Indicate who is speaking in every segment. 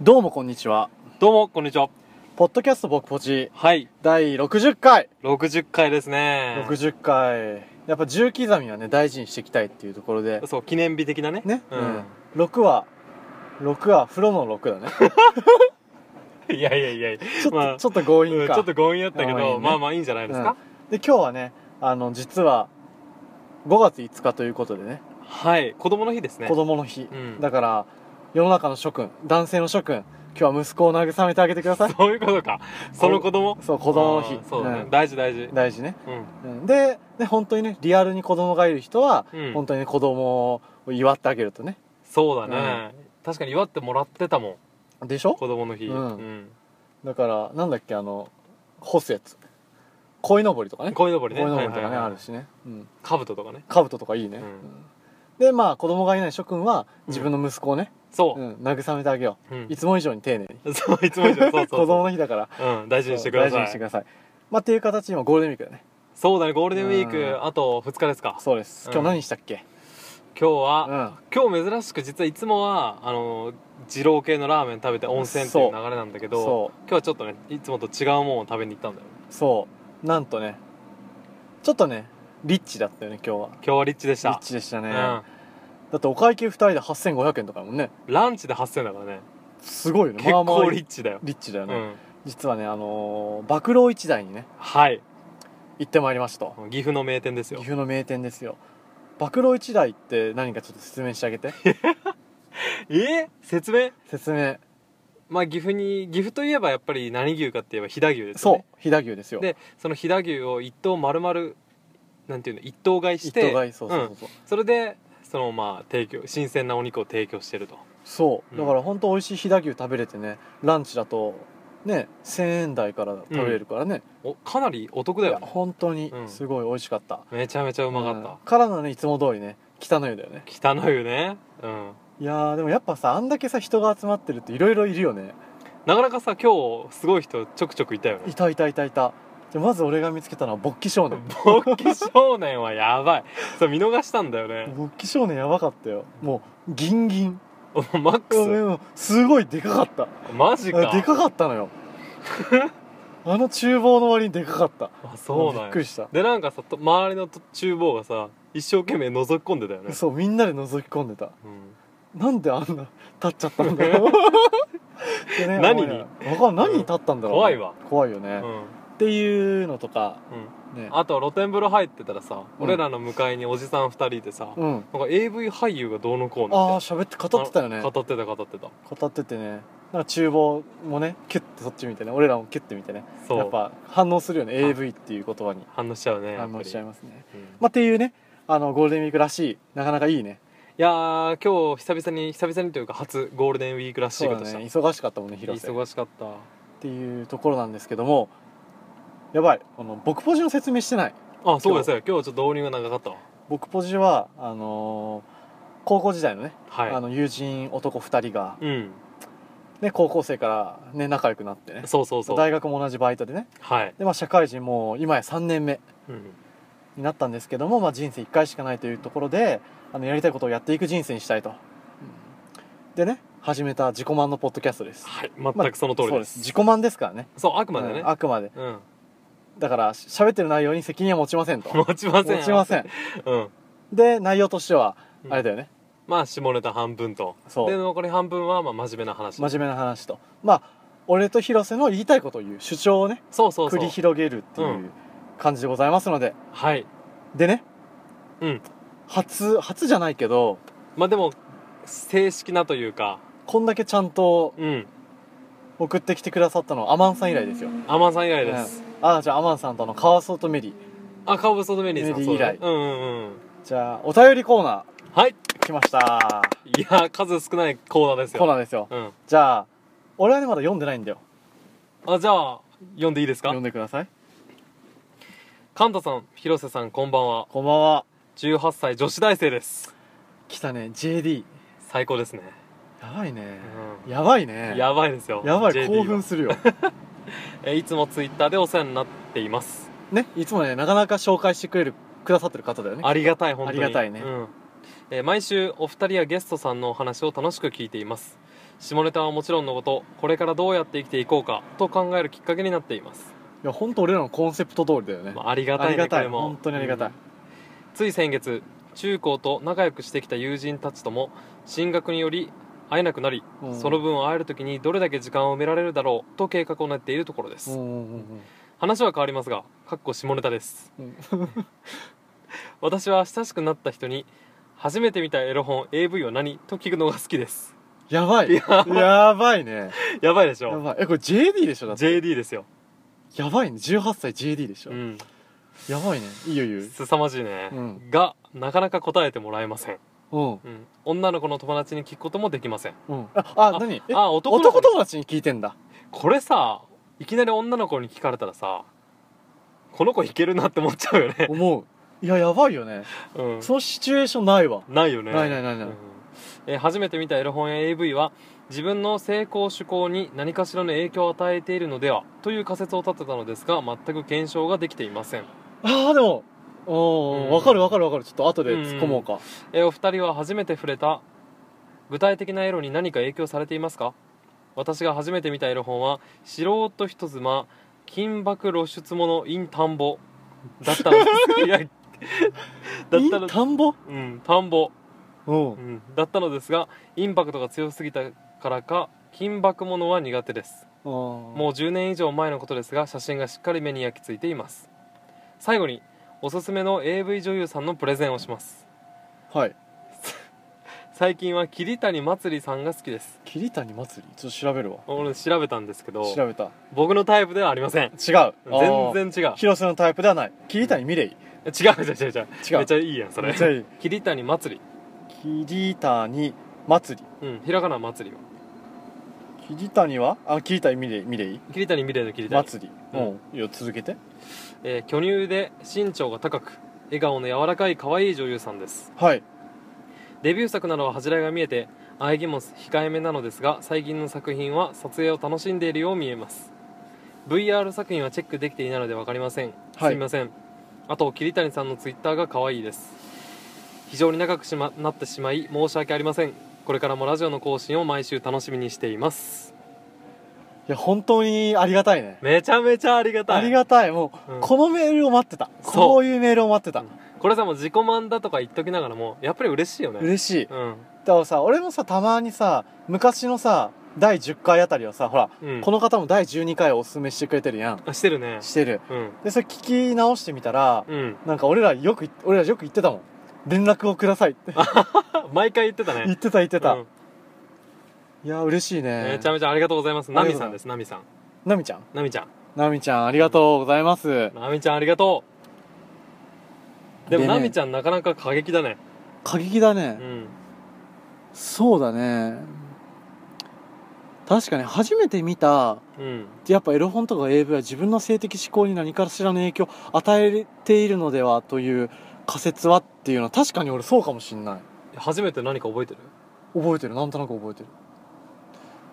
Speaker 1: どうもこんにちは。
Speaker 2: どうも、こんにちは。
Speaker 1: ポッドキャスト僕ポチ
Speaker 2: はい。
Speaker 1: 第60回。
Speaker 2: 60回ですね。
Speaker 1: 60回。やっぱ10刻みはね、大事にしていきたいっていうところで。
Speaker 2: そう、記念日的なね。
Speaker 1: ね。
Speaker 2: う
Speaker 1: うん
Speaker 2: ん。。
Speaker 1: 6は、6は風呂の6だね。
Speaker 2: いやいやいや
Speaker 1: ちょっと、
Speaker 2: まあ
Speaker 1: ちょっと強
Speaker 2: う
Speaker 1: 引
Speaker 2: ん
Speaker 1: か。
Speaker 2: ちょっと強引やったけ
Speaker 1: まあまあいいね
Speaker 2: ど、まあまあいいんじゃないですか。
Speaker 1: で、今日はね、あの、実は、5月5日ということでね、
Speaker 2: はい。子供の日ですね
Speaker 1: 子。供の日。
Speaker 2: うん
Speaker 1: だから、世の中の諸君、男性の諸君、今日は息子を慰めてあげてください。
Speaker 2: そういうことか。その子供。
Speaker 1: そう、子供の
Speaker 2: あ
Speaker 1: 日
Speaker 2: ー。そうだね
Speaker 1: う。ん
Speaker 2: 大事大事。
Speaker 1: 大事ね。
Speaker 2: うん。
Speaker 1: うんでで本当にねリアルに子供がいる人は、
Speaker 2: うん
Speaker 1: 本当にね子供を祝ってあげるとね
Speaker 2: そうだね。確かに祝ってもらってたもん。
Speaker 1: でしょ
Speaker 2: 子供の日。
Speaker 1: う
Speaker 2: うんん。
Speaker 1: だからなんだっけあの干すやつ鯉のぼりとかね
Speaker 2: 鯉のぼりね。
Speaker 1: 鯉のぼりとかね、
Speaker 2: はいはいはい
Speaker 1: あるしね、うん、
Speaker 2: 兜とかね。
Speaker 1: 兜とかいいね、
Speaker 2: うん
Speaker 1: うんでまあ子供がいない諸君は自分の息子をね、
Speaker 2: そうう。
Speaker 1: ん慰めてあげよ
Speaker 2: う
Speaker 1: う、
Speaker 2: ん
Speaker 1: いつも以上に丁寧に
Speaker 2: そう、いつも以上。そうそ う
Speaker 1: 子供
Speaker 2: そ
Speaker 1: の日だから
Speaker 2: う。うん。大事にしてくだ
Speaker 1: 大事にし
Speaker 2: さ
Speaker 1: て
Speaker 2: い
Speaker 1: く。ださいまあっていう形で今ゴールデンウィークだね
Speaker 2: そうだね、ゴールデンウィー
Speaker 1: う
Speaker 2: ク、あと2日ですか。
Speaker 1: そうです
Speaker 2: うん
Speaker 1: 今日何したっけ、
Speaker 2: 今日
Speaker 1: う
Speaker 2: は
Speaker 1: ん、
Speaker 2: 今日珍しく実はいつもはあの二郎系のラーメン食べて温泉っていう流れなんだけど
Speaker 1: そう
Speaker 2: 今日はちょっとねいつもと違うものを食べに行ったんだよね
Speaker 1: そうなんとねちょっとねリッチだったよね今日は
Speaker 2: 今日はリッチでし
Speaker 1: リ
Speaker 2: た
Speaker 1: ッチでしたね、
Speaker 2: うん、
Speaker 1: だってお会計2人で8500円とかだもんね
Speaker 2: ランチで8000だからね
Speaker 1: すごいよね
Speaker 2: 結構
Speaker 1: リ
Speaker 2: リ
Speaker 1: ッ
Speaker 2: ッチだよ、
Speaker 1: チだよ
Speaker 2: う
Speaker 1: ね、
Speaker 2: ん、
Speaker 1: 実はねあのー爆露一台にね
Speaker 2: はい
Speaker 1: 行ってまいりましたと
Speaker 2: 岐阜の名店です
Speaker 1: 岐
Speaker 2: よ
Speaker 1: 阜の名店ですよ爆露一台って何かちょっと説明してあげて
Speaker 2: えー、説明
Speaker 1: 説明
Speaker 2: まあ岐阜に岐阜といえばやっぱり何牛かって言えば飛騨牛ですよ
Speaker 1: そう
Speaker 2: ね
Speaker 1: 飛騨牛ですよ
Speaker 2: でその飛騨牛を一頭丸々なんていうの一頭買いし
Speaker 1: 一
Speaker 2: て
Speaker 1: 頭買いそうそうそううそう、
Speaker 2: んそれでそのまあ提供新鮮なお肉を提供してると
Speaker 1: そう
Speaker 2: うん
Speaker 1: だから本当美味しい飛騨牛食べれてねランチだとね1000円台から食べれるからね、
Speaker 2: おかなりお得だ
Speaker 1: い
Speaker 2: よ
Speaker 1: や
Speaker 2: ね
Speaker 1: 本当に
Speaker 2: うん
Speaker 1: すごい美味しかった、
Speaker 2: めちゃめちゃうまかった、
Speaker 1: うんからのねいつも通りね北の湯だよね
Speaker 2: 汚いよねうん
Speaker 1: いやーでもやっぱさあんだけさ人が集まってるっていろいろいるよね
Speaker 2: なかなかさ今日すごい人ちょくちょくいたよね
Speaker 1: いたいたいたいたでまず俺が見つけたのは勃起少年
Speaker 2: 勃起少年はやばいそう見逃したんだよね
Speaker 1: 勃起少年やばかったよもうギンギン
Speaker 2: おマック
Speaker 1: う
Speaker 2: ス
Speaker 1: んすごいでかかった
Speaker 2: マジか
Speaker 1: あでかかったの よあの厨房の割にでかかった
Speaker 2: あそう
Speaker 1: び
Speaker 2: な
Speaker 1: っ
Speaker 2: ん
Speaker 1: く
Speaker 2: や
Speaker 1: りした、
Speaker 2: でなんかさと周りのと厨房がさ一生懸命覗き込んでたよね
Speaker 1: そうみんなで覗き込んでた
Speaker 2: うん
Speaker 1: なんであんな立っちゃったんだろうでね
Speaker 2: 何に
Speaker 1: 思いながらわかんない何に立ったんだろう、
Speaker 2: 怖いわ
Speaker 1: 怖いよね、
Speaker 2: う
Speaker 1: っ
Speaker 2: ん
Speaker 1: ていうのとか
Speaker 2: うん
Speaker 1: ね
Speaker 2: あと露天風呂入ってたらさ、
Speaker 1: うん
Speaker 2: 俺らの向かいにおじさん二人でさ、
Speaker 1: うん
Speaker 2: なんか AV 俳優がどうのこう
Speaker 1: あ
Speaker 2: の
Speaker 1: あ
Speaker 2: って
Speaker 1: 喋って語ってたよね
Speaker 2: 語ってた語ってた
Speaker 1: 語っててねなんか厨房もねキュッてそっち見てね俺らもキュッて見てね
Speaker 2: そう
Speaker 1: やっぱ反応するよね AV っていう言葉に
Speaker 2: 反応しちゃうねやっ
Speaker 1: 反
Speaker 2: ぱ
Speaker 1: 応
Speaker 2: り
Speaker 1: しちゃいますね
Speaker 2: うん
Speaker 1: まあっていうねあのゴールデンウィークらしいなかなかいいね
Speaker 2: いやー今日久々に久々にというか初ゴールデンウィークらしい
Speaker 1: そう
Speaker 2: こ
Speaker 1: だ
Speaker 2: とした、
Speaker 1: ね忙しかったもんね広瀬っ
Speaker 2: 忙しかった
Speaker 1: ていうところなんですけどもやばいこの僕ポジの説明してない
Speaker 2: あそうですよ今日ちょっと導入が長かったわ
Speaker 1: 僕ポジはあのー高校時代のね、あ
Speaker 2: はい
Speaker 1: の友人男2人が、
Speaker 2: うん
Speaker 1: ね、高校生から、ね、仲良くなってね
Speaker 2: そうそうそう
Speaker 1: 大学も同じバイトでね
Speaker 2: はい、
Speaker 1: で、まあ、社会人もう今や3年目
Speaker 2: うん、
Speaker 1: になったんですけども、まあ、人生1回しかないというところであのやりたいことをやっていく人生にしたいと、でね始めた自己満のポッドキャストです
Speaker 2: はい
Speaker 1: まあ
Speaker 2: 全くその通り
Speaker 1: そう
Speaker 2: で,、
Speaker 1: ですす自己満ですからね
Speaker 2: そうあくまでね
Speaker 1: うんあくまで
Speaker 2: うん、
Speaker 1: だからし喋ってる内容に責任は持ちませんと
Speaker 2: 持ちません
Speaker 1: 持ちません
Speaker 2: うん
Speaker 1: で内容としては
Speaker 2: うん
Speaker 1: あれだよね、
Speaker 2: まあ下ネタ半分と
Speaker 1: そう
Speaker 2: で残り半分はまあ真面目な話
Speaker 1: 真面目な話とまあ俺と広瀬の言いたいことを言う主張をね
Speaker 2: そうそうそ
Speaker 1: 繰り
Speaker 2: う
Speaker 1: 広げるっていうう感じでございますので、
Speaker 2: はい
Speaker 1: でね
Speaker 2: うん
Speaker 1: 初初じゃないけど
Speaker 2: まあでも正式なというか
Speaker 1: こんだけちゃんと
Speaker 2: うん
Speaker 1: 送ってきてくださったのはアマンさん以来ですよ
Speaker 2: アマンさん以来です、
Speaker 1: ああじゃあアマンさんとあのカワソとメリー
Speaker 2: あカーブソードメリーさん
Speaker 1: メリー以来
Speaker 2: そうだねうんうんうん
Speaker 1: じゃあお便りコーナ
Speaker 2: はい
Speaker 1: ー来ました
Speaker 2: いやー数少ないコーナーですよ
Speaker 1: コーナーですよ
Speaker 2: うん
Speaker 1: じゃあ俺はねまだ読んでないんだよ
Speaker 2: あじゃあ読んでいいですか
Speaker 1: 読んでください
Speaker 2: カンタさん広瀬さんこんばんは
Speaker 1: こんばんは
Speaker 2: 18歳女子大生です
Speaker 1: 来たね JD
Speaker 2: 最高ですね、
Speaker 1: やばいね、
Speaker 2: う
Speaker 1: やばいね
Speaker 2: ん、やばいですよ
Speaker 1: やばい
Speaker 2: JD
Speaker 1: 興
Speaker 2: は
Speaker 1: 奮す るよ
Speaker 2: えいつもツイッターでお世話になっています
Speaker 1: ねいつもねなかなか紹介してくれるくださってる方だよね
Speaker 2: ありがたい本当に
Speaker 1: ありがたいね
Speaker 2: うんえー毎週お二人やゲストさんのお話を楽しく聞いています下ネタはもちろんのことこれからどうやって生きていこうかと考えるきっかけになっています、
Speaker 1: いや本当俺らのコンセプト通りだよね、
Speaker 2: まあ、ありが
Speaker 1: あ、
Speaker 2: たいね
Speaker 1: りがた
Speaker 2: こ
Speaker 1: い
Speaker 2: れも
Speaker 1: 本当にありがたい、
Speaker 2: うんつい先月中高と仲良くしてきた友人たちとも進学により会えなくなり、
Speaker 1: うん
Speaker 2: その分会える時にどれだけ時間を埋められるだろうと計画を練っているところです、
Speaker 1: うんうんうん
Speaker 2: 話は変わりますがかっこ下ネタです
Speaker 1: うん
Speaker 2: 私は親しくなった人に初めて見たエロ本 AV は何と聞くのが好きです
Speaker 1: やばい
Speaker 2: や
Speaker 1: やばいね
Speaker 2: やばいでし
Speaker 1: や
Speaker 2: ょ
Speaker 1: ばいえこれ JD でしょだって
Speaker 2: JD ですよ
Speaker 1: やばいね18歳 JD でしょ、
Speaker 2: うん
Speaker 1: やばいねいいよいいよ
Speaker 2: 凄まじいね、
Speaker 1: うん
Speaker 2: がなかなか答えてもらえません、
Speaker 1: うん
Speaker 2: うん、女の子の友達に聞くこともできません
Speaker 1: うんああ
Speaker 2: あ
Speaker 1: 何え
Speaker 2: あ男の子
Speaker 1: 男友達に聞いてん だ
Speaker 2: これさいきなり女の子に聞かれたらさこの子いけるなって思っちゃうよ ね、
Speaker 1: 思ういややばいよね
Speaker 2: うん、
Speaker 1: そのシチュエーションないわ
Speaker 2: ないよね
Speaker 1: ないないないない
Speaker 2: うんえー初めて見たエロ本や AV は自分の性交趣向に何かしらの影響を与えているのではという仮説を立てたのですが全く検証ができていません、
Speaker 1: あーでもうん
Speaker 2: うん
Speaker 1: わかるわかるわかるちょっと後で突っ込もうか
Speaker 2: えーお二人は初めて触れた具体的なエロに何か影響されていますか私が初めて見たエロ本は「素人人妻金箔露出物 in 田んぼ」だったの ですいやだったの
Speaker 1: いい田んぼ
Speaker 2: うん田んぼ
Speaker 1: うん
Speaker 2: うん、だったのですがインパクトが強すぎたからか金箔ものは苦手です
Speaker 1: も
Speaker 2: もう10年以上前のことですが写真がしっかり目に焼き付いています最後におすすめの AV 女優さんのプレゼンをします
Speaker 1: うはい
Speaker 2: 最近は桐谷まつりさんが好きです
Speaker 1: 桐谷祭りちょっと調べるわ
Speaker 2: 俺調べたんですけど
Speaker 1: 調べた
Speaker 2: 僕のタイプではありません
Speaker 1: 違う
Speaker 2: 全然違う
Speaker 1: 広瀬のタイプではない桐谷美玲
Speaker 2: 違う違う違う違う
Speaker 1: 違う
Speaker 2: めっちゃいいやんそ
Speaker 1: め
Speaker 2: れ
Speaker 1: っちゃいい
Speaker 2: 桐谷まつり
Speaker 1: 桐谷祭り
Speaker 2: うんひらがなまつりよ
Speaker 1: 桐谷はあ桐谷美玲美玲
Speaker 2: 桐谷美玲の桐谷
Speaker 1: 祭り
Speaker 2: うん
Speaker 1: うんいいよ続けて
Speaker 2: えー巨乳で身長が高く笑顔の柔らかい可愛い女優さんです
Speaker 1: はい
Speaker 2: デビュー作などは恥じらいが見えて喘ぎも控えめなのですが最近の作品は撮影を楽しんでいるよう見えます VR 作品はチェックできていないので分かりません、
Speaker 1: はい
Speaker 2: すみませんあと桐谷さんのツイッターが可愛いです非常に長くしまなってしまい申し訳ありませんこれからもラジオの更新を毎週楽しみにしています
Speaker 1: いや本当にありがたいね
Speaker 2: めちゃめちゃありがたい
Speaker 1: ありがたいもう、
Speaker 2: うん
Speaker 1: このメールを待ってた
Speaker 2: そう
Speaker 1: こういうメールを待ってた、
Speaker 2: うんこれさもう自己満だとか言っときながらもやっぱり嬉しいよね
Speaker 1: 嬉しいだ
Speaker 2: うん
Speaker 1: からさ俺もさたまにさ昔のさ第10回あたりはさほら、
Speaker 2: うん
Speaker 1: この方も第12回をおすすめしてくれてるやん
Speaker 2: あしてるね
Speaker 1: してる
Speaker 2: うん
Speaker 1: でそれ聞き直してみたら、
Speaker 2: うん
Speaker 1: なんか俺らよく俺らよく言ってたもん連絡をくださいって
Speaker 2: あ毎回言ってたね
Speaker 1: 言ってた言ってた、
Speaker 2: うん
Speaker 1: いや嬉しいね
Speaker 2: めちゃめちゃありがとうございます。
Speaker 1: あ
Speaker 2: ナ
Speaker 1: り
Speaker 2: ミ
Speaker 1: がとう
Speaker 2: さ
Speaker 1: んございます
Speaker 2: です、ナミさん。
Speaker 1: ナミちゃん
Speaker 2: ナミちゃん。
Speaker 1: ナミちゃんありがとうございます、
Speaker 2: ナミちゃんありがとう。でも
Speaker 1: でね
Speaker 2: ナミちゃんなかなか過激だね。
Speaker 1: 過激だね、
Speaker 2: うん。
Speaker 1: そうだね確かに初めて見た
Speaker 2: うん。
Speaker 1: やっぱエロ本とか AV は自分の性的思考に何かしらの影響を与えているのではという仮説はっていうのは確かに俺そうかもしんない
Speaker 2: 初めて何か覚えてる
Speaker 1: 覚えてるなんとなく覚えてる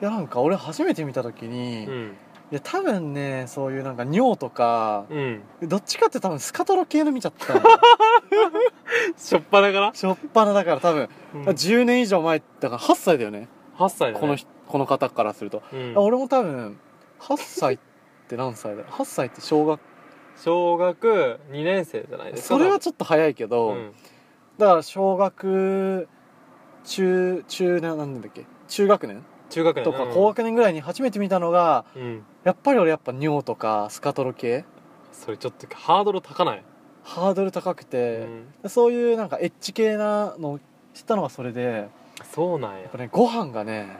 Speaker 1: いやなんか俺初めて見た時に、
Speaker 2: う
Speaker 1: い
Speaker 2: ん。
Speaker 1: や多分ねそういうなんか尿とか、
Speaker 2: うん。
Speaker 1: どっちかって多分スカトロ系の見ちゃったの
Speaker 2: しょっぱなから
Speaker 1: しょっぱなだから多分、
Speaker 2: うん
Speaker 1: 10年以上前だから8歳だよね
Speaker 2: 8歳だね。
Speaker 1: この人この方からすると、
Speaker 2: うん
Speaker 1: あ俺も多分8歳って何歳だ8歳って小学
Speaker 2: 小学2年生じゃないですか。
Speaker 1: それはちょっと早いけど、
Speaker 2: うん。
Speaker 1: だから小学中中ななんだっけ中学年
Speaker 2: 中学年
Speaker 1: とか高学年ぐらいに初めて見たのが、
Speaker 2: うん。うん。
Speaker 1: やっぱり俺やっぱ尿とかスカトロ系
Speaker 2: それちょっとハードル高ない。
Speaker 1: ハードル高く
Speaker 2: う
Speaker 1: て、
Speaker 2: ん
Speaker 1: そういうなんかエッチ系なのを知ったのがそれでや
Speaker 2: そうなんや
Speaker 1: っぱ。ねご飯がね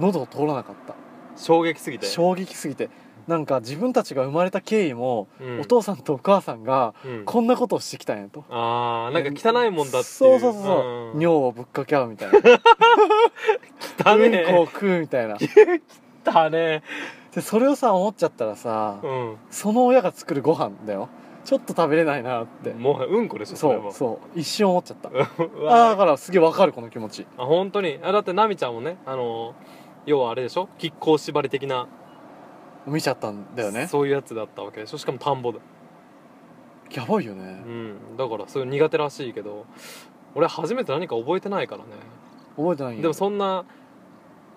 Speaker 1: 喉を通らなかった
Speaker 2: 衝撃すぎて。
Speaker 1: 衝撃すぎてなんか自分たちが生まれた経緯も、
Speaker 2: うん
Speaker 1: お父さんとお母さんが
Speaker 2: うん
Speaker 1: こんなことをしてきたんやと
Speaker 2: あー、なんか汚いもんだっていう。
Speaker 1: そうそうそうそう、
Speaker 2: ん
Speaker 1: 尿をぶっかけ合うみたい な
Speaker 2: 汚ね
Speaker 1: うんこを食うみたいな
Speaker 2: 汚ね
Speaker 1: でそれをさ思っちゃったらさ、
Speaker 2: うん。
Speaker 1: その親が作るご飯だよちょっと食べれないなって
Speaker 2: もはやうんこでしょ
Speaker 1: そ
Speaker 2: れは
Speaker 1: うそう一瞬思っちゃった
Speaker 2: う
Speaker 1: あーだ
Speaker 2: わ
Speaker 1: からすげえわかるこの気持ち
Speaker 2: あ本当にあだって奈美ちゃんもねあの要はあれでしょ亀甲縛り的な、
Speaker 1: 見ちゃったんだよね
Speaker 2: そういうやつだったわけでしょしかも田んぼで
Speaker 1: やばいよ
Speaker 2: う
Speaker 1: ね
Speaker 2: んだからそういう苦手らしいけど俺初めて何か覚えてないからね、
Speaker 1: 覚えてないよ
Speaker 2: でもそんな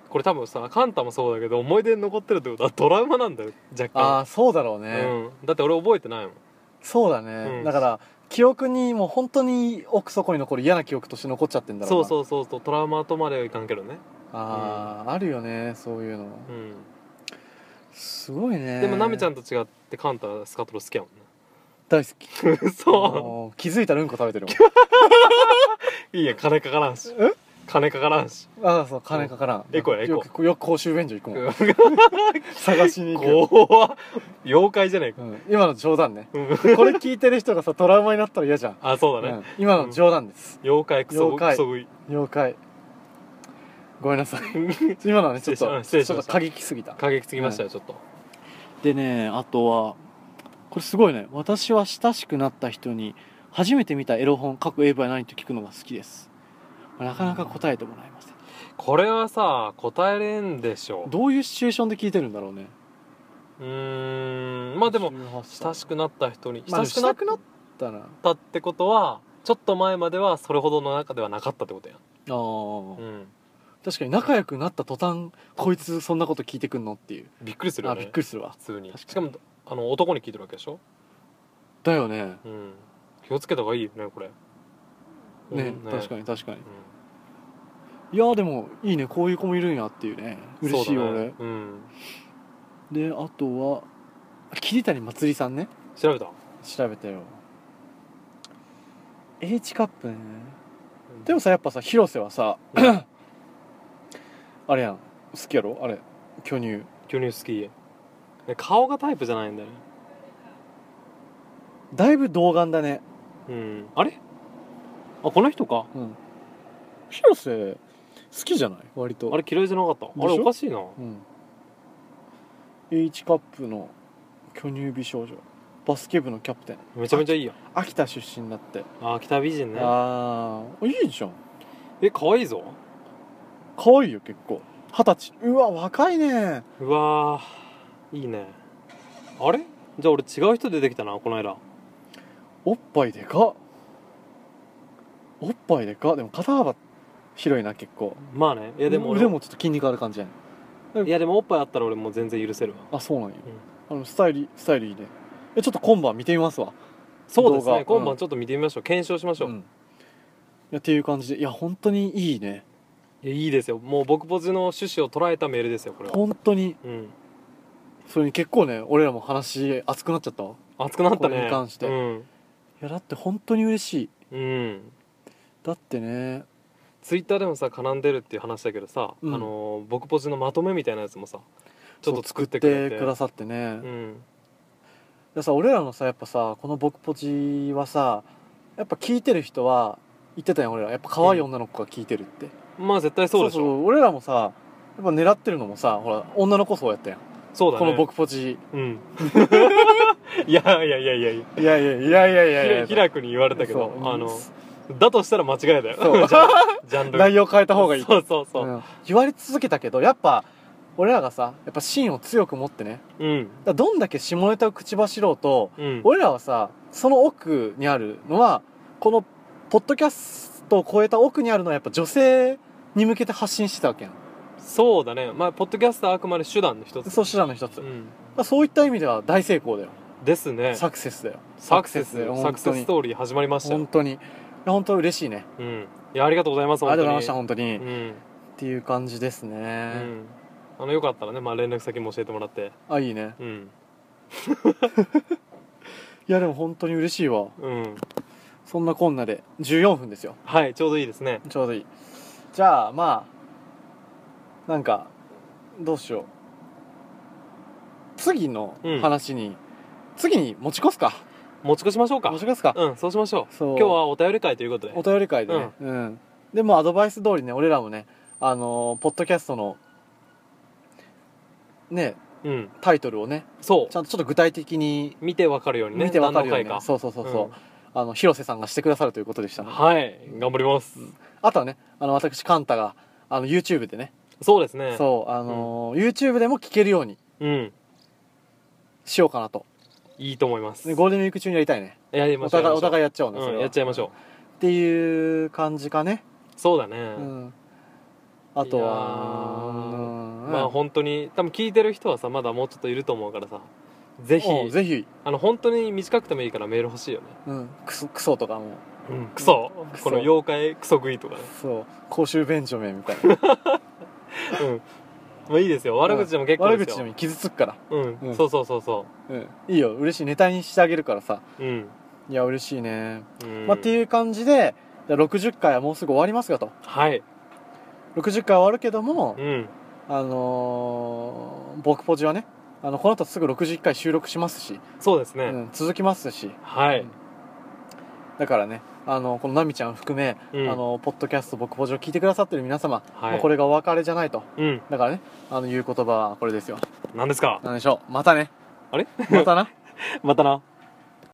Speaker 2: これ多分さカンタもそうだけど思い出に残ってるってことはトラウマなんだよ若
Speaker 1: あ
Speaker 2: 干
Speaker 1: あそうだろうね、
Speaker 2: うん、だって俺覚えてないもん
Speaker 1: そうだね、
Speaker 2: うん
Speaker 1: だから記憶にもう本当に奥底に残る嫌な記憶として残っちゃってんだろう
Speaker 2: そう
Speaker 1: う
Speaker 2: そうそうそうトラウマとまではいかんけどね、
Speaker 1: ああ、あるよねそういうの
Speaker 2: うん
Speaker 1: すごいね
Speaker 2: でもナミちゃんと違ってカンタはスカトロ好きやもん
Speaker 1: 大好き
Speaker 2: な そ
Speaker 1: もう気づいたらうんこ食べてる
Speaker 2: ういいや金かからんし
Speaker 1: え
Speaker 2: 金かからんし
Speaker 1: もんああそう金かからん
Speaker 2: エコやエコ
Speaker 1: よくよく公衆便所行くもん探しに行くよ
Speaker 2: 怖っ妖怪じゃないか
Speaker 1: うん、今の冗談ね
Speaker 2: うん
Speaker 1: これ聞いてる人がさトラウマになったら嫌じゃん、
Speaker 2: あそう
Speaker 1: う
Speaker 2: だね
Speaker 1: ん、今の冗談です、
Speaker 2: 妖怪クソ
Speaker 1: 妖怪
Speaker 2: クソ食い
Speaker 1: 妖怪ごめんな さい今のはねちょっと
Speaker 2: 失礼
Speaker 1: ち
Speaker 2: し
Speaker 1: ょ
Speaker 2: ま
Speaker 1: っ
Speaker 2: し
Speaker 1: と
Speaker 2: た
Speaker 1: 過激すぎた
Speaker 2: 過激すぎましたよちょっと
Speaker 1: でねあとはこれすごいね私は親しくなった人に初めて見たエロ本各 AV は何と聞くのが好きですなかなか答えてもらえません
Speaker 2: これはさ答えれんでしょ
Speaker 1: どういうシチュエーションで聞いてるんだろうね
Speaker 2: ううーんまあでも親しくなった人に
Speaker 1: まあ
Speaker 2: 親
Speaker 1: でも
Speaker 2: しくな
Speaker 1: 親
Speaker 2: っ
Speaker 1: しくなったなあ
Speaker 2: たってことはちょっと前まではそれほどの中ではなかったってことや
Speaker 1: ー
Speaker 2: うん
Speaker 1: 確かに仲良くなった途端こいつそんなこと聞いてくんのっていう
Speaker 2: びっくりするよ
Speaker 1: あ
Speaker 2: ね
Speaker 1: びっくりするわ
Speaker 2: 普通に
Speaker 1: 確
Speaker 2: し
Speaker 1: か
Speaker 2: か
Speaker 1: に
Speaker 2: もあの男に聞いてるわけでしょ
Speaker 1: だよね
Speaker 2: うん気をつけた方がいいよねこれ
Speaker 1: ね
Speaker 2: うん
Speaker 1: 確かに確かに
Speaker 2: うん
Speaker 1: いやーでもいいねこういう子もいるんやっていうね嬉しいよ
Speaker 2: そうだ
Speaker 1: 俺、
Speaker 2: ねうん
Speaker 1: であとは桐谷まつりさんね
Speaker 2: 調べた
Speaker 1: 調べたよ H カップねでも さやっぱさ広瀬はさあれやん好きやろあれ巨乳
Speaker 2: 巨乳好きえ顔がタイプじゃないんだよね
Speaker 1: だいぶ童顔だね
Speaker 2: うんあれあこの人か
Speaker 1: うん広瀬好きじゃない割と
Speaker 2: あれ嫌いじゃなかったあ
Speaker 1: で
Speaker 2: れ
Speaker 1: しょ
Speaker 2: おかしいな
Speaker 1: うん H カップの巨乳美少女バスケ部のキャプテン
Speaker 2: めちゃめちゃいいやん
Speaker 1: 秋田出身だって、
Speaker 2: あ北美人ね
Speaker 1: ああいいじゃん
Speaker 2: え可愛いぞ
Speaker 1: 可愛いよ結構二十歳うわ若いね
Speaker 2: うわーいいねあれじゃあ俺違う人出てきたなこの間
Speaker 1: おっぱいでかっおっぱいでかっでも肩幅広いな結構
Speaker 2: まあねい
Speaker 1: で
Speaker 2: やでも俺
Speaker 1: 腕もちょっと筋肉ある感じやね
Speaker 2: いやでもおっぱいあったら俺もう全然許せるわ
Speaker 1: あそうなんや、あのスタイルスタイルいいねえちょっと今晩見てみますわ
Speaker 2: そうです
Speaker 1: 動
Speaker 2: ね
Speaker 1: 画
Speaker 2: 今晩ちょっと見てみましょう検証しましょう、
Speaker 1: ん
Speaker 2: い
Speaker 1: いやっていう感じでいや本当にいいね
Speaker 2: やいいですよもう僕ポジの趣旨を捉えたメールですよこれは
Speaker 1: 本当に
Speaker 2: うん
Speaker 1: それに結構ね俺らも話熱くなっちゃったわ
Speaker 2: 熱くなった
Speaker 1: こ
Speaker 2: ね
Speaker 1: れに関して
Speaker 2: うん、
Speaker 1: いやだって本当に嬉しい
Speaker 2: うん、
Speaker 1: だってね
Speaker 2: ツイッターでもさ絡んでるっていう話だけどさ、
Speaker 1: うん
Speaker 2: あのー僕ポジのまとめみたいなやつもさちょっと作ってく
Speaker 1: そう
Speaker 2: れて
Speaker 1: 作くださってね、
Speaker 2: うん
Speaker 1: でさ俺らのさやっぱさこの「僕ポチ」はさやっぱ聞いてる人は言ってたよ俺らやっぱ可愛い女の子が聞いてるって、
Speaker 2: まあ絶対そうでしょそう
Speaker 1: 俺らもさやっぱ狙ってるのもさほら女の子そうやったやん、
Speaker 2: だね
Speaker 1: この「僕ポチ
Speaker 2: うん いやいやいやいやいや」
Speaker 1: いやいやいやいやいやいや
Speaker 2: ひらくに言われたけど
Speaker 1: そう
Speaker 2: あのだとしたら間違いだよ
Speaker 1: そう
Speaker 2: ジャンジャンル
Speaker 1: 内容変えた方がいい
Speaker 2: そうそうそううん
Speaker 1: 言われ続けたけどやっぱ俺らがさやっぱ芯を強く持ってね
Speaker 2: うん
Speaker 1: だからどんだけ下ネタを口走ろうと
Speaker 2: うん
Speaker 1: 俺らはさその奥にあるのはこのポッドキャストを超えた奥にあるのはやっぱ女性に向けて発信してたわけやん
Speaker 2: そうだねまあポッドキャストはあくまで手段の一つ
Speaker 1: そう手段の一つ、
Speaker 2: う
Speaker 1: ま
Speaker 2: ん
Speaker 1: あそういった意味では大成功だよ
Speaker 2: ですね
Speaker 1: サクセスだよ
Speaker 2: サクセス
Speaker 1: だよ
Speaker 2: サクセスストーリー始まりましたよ
Speaker 1: 本当にいや本当嬉しいね
Speaker 2: うんいやありがとうございます
Speaker 1: ありがとうございました
Speaker 2: 本
Speaker 1: 本当に、
Speaker 2: 当
Speaker 1: っ
Speaker 2: にうん
Speaker 1: ていう感じですね
Speaker 2: う、んあのよかったらねまあ連絡先も教えてもらって
Speaker 1: あいいね
Speaker 2: うん
Speaker 1: いやでも本当に嬉しいわ
Speaker 2: うん
Speaker 1: そんなこんなで14分ですよ
Speaker 2: はいちょうどいいですね
Speaker 1: ちょうどいいじゃあまあなんかどうしよう次の話に、次に持ち越すか
Speaker 2: 持ち越しましょうか
Speaker 1: 持ち越すか、
Speaker 2: うんそうしましょう
Speaker 1: そう
Speaker 2: 今日はお便り会ということで
Speaker 1: お便り会でね、うんでもアドバイス通りね俺らもねあのーポッドキャストのね
Speaker 2: うん
Speaker 1: タイトルをね
Speaker 2: そ
Speaker 1: ちゃんとちょっと具体的に
Speaker 2: う見てわかるようにね
Speaker 1: 見てわかるように、ね、
Speaker 2: 何の回か
Speaker 1: そうそうそうそう、
Speaker 2: うん
Speaker 1: あの広瀬さんがしてくださるということでした
Speaker 2: はい頑張ります
Speaker 1: あとはねあの私カンタがあの YouTube でね、
Speaker 2: そうですね
Speaker 1: そうあのー YouTube でも聞けるように
Speaker 2: うん
Speaker 1: しようかなと
Speaker 2: いいと思います
Speaker 1: でゴールデンウィーク中にやりたいね
Speaker 2: やりま
Speaker 1: お
Speaker 2: しょう
Speaker 1: 互いお互い
Speaker 2: い
Speaker 1: やっちゃおうね、それ
Speaker 2: うん
Speaker 1: は
Speaker 2: やっちゃいましょ
Speaker 1: っていう感じかね
Speaker 2: うそうだ
Speaker 1: う
Speaker 2: ね
Speaker 1: ん、あと
Speaker 2: いや
Speaker 1: は
Speaker 2: ー
Speaker 1: うん
Speaker 2: まあ本当に多分聞いてる人はさまだもうちょっといると思うからさぜひ
Speaker 1: うんぜひ、
Speaker 2: あの本当に短くてもいいからメール欲しいよね、
Speaker 1: うん、クソクソとかも
Speaker 2: うん、クソ
Speaker 1: クソ
Speaker 2: この妖怪クソ食いとかね
Speaker 1: そう公衆便所名みたいな
Speaker 2: うんまあいいですよ 悪口でも結構
Speaker 1: 悪
Speaker 2: です
Speaker 1: 口で
Speaker 2: よ
Speaker 1: も傷つくから、
Speaker 2: うん、
Speaker 1: うん
Speaker 2: そうそうそうそ
Speaker 1: うん、いいよ嬉しいネタにしてあげるからさ
Speaker 2: ううん、
Speaker 1: いや嬉しいね、
Speaker 2: うん
Speaker 1: まあ、っていう感じでじゃあ60回はもうすぐ終わりますがと
Speaker 2: はい
Speaker 1: 60回は終わるけども
Speaker 2: う、ん
Speaker 1: あのー、僕ポジはねあのこの後すぐ61回収録しますし、
Speaker 2: そうですね、
Speaker 1: うん、続きますし
Speaker 2: はい、
Speaker 1: だからねあのこのナミちゃん含め、
Speaker 2: うん、
Speaker 1: あのポッドキャスト僕ポジを聞いてくださってる皆様、
Speaker 2: はい
Speaker 1: もうこれがお別れじゃないと
Speaker 2: うん
Speaker 1: だからねあの言う言葉はこれですよ
Speaker 2: 何ですか
Speaker 1: なんでしょうまたね
Speaker 2: あれ
Speaker 1: またな
Speaker 2: またな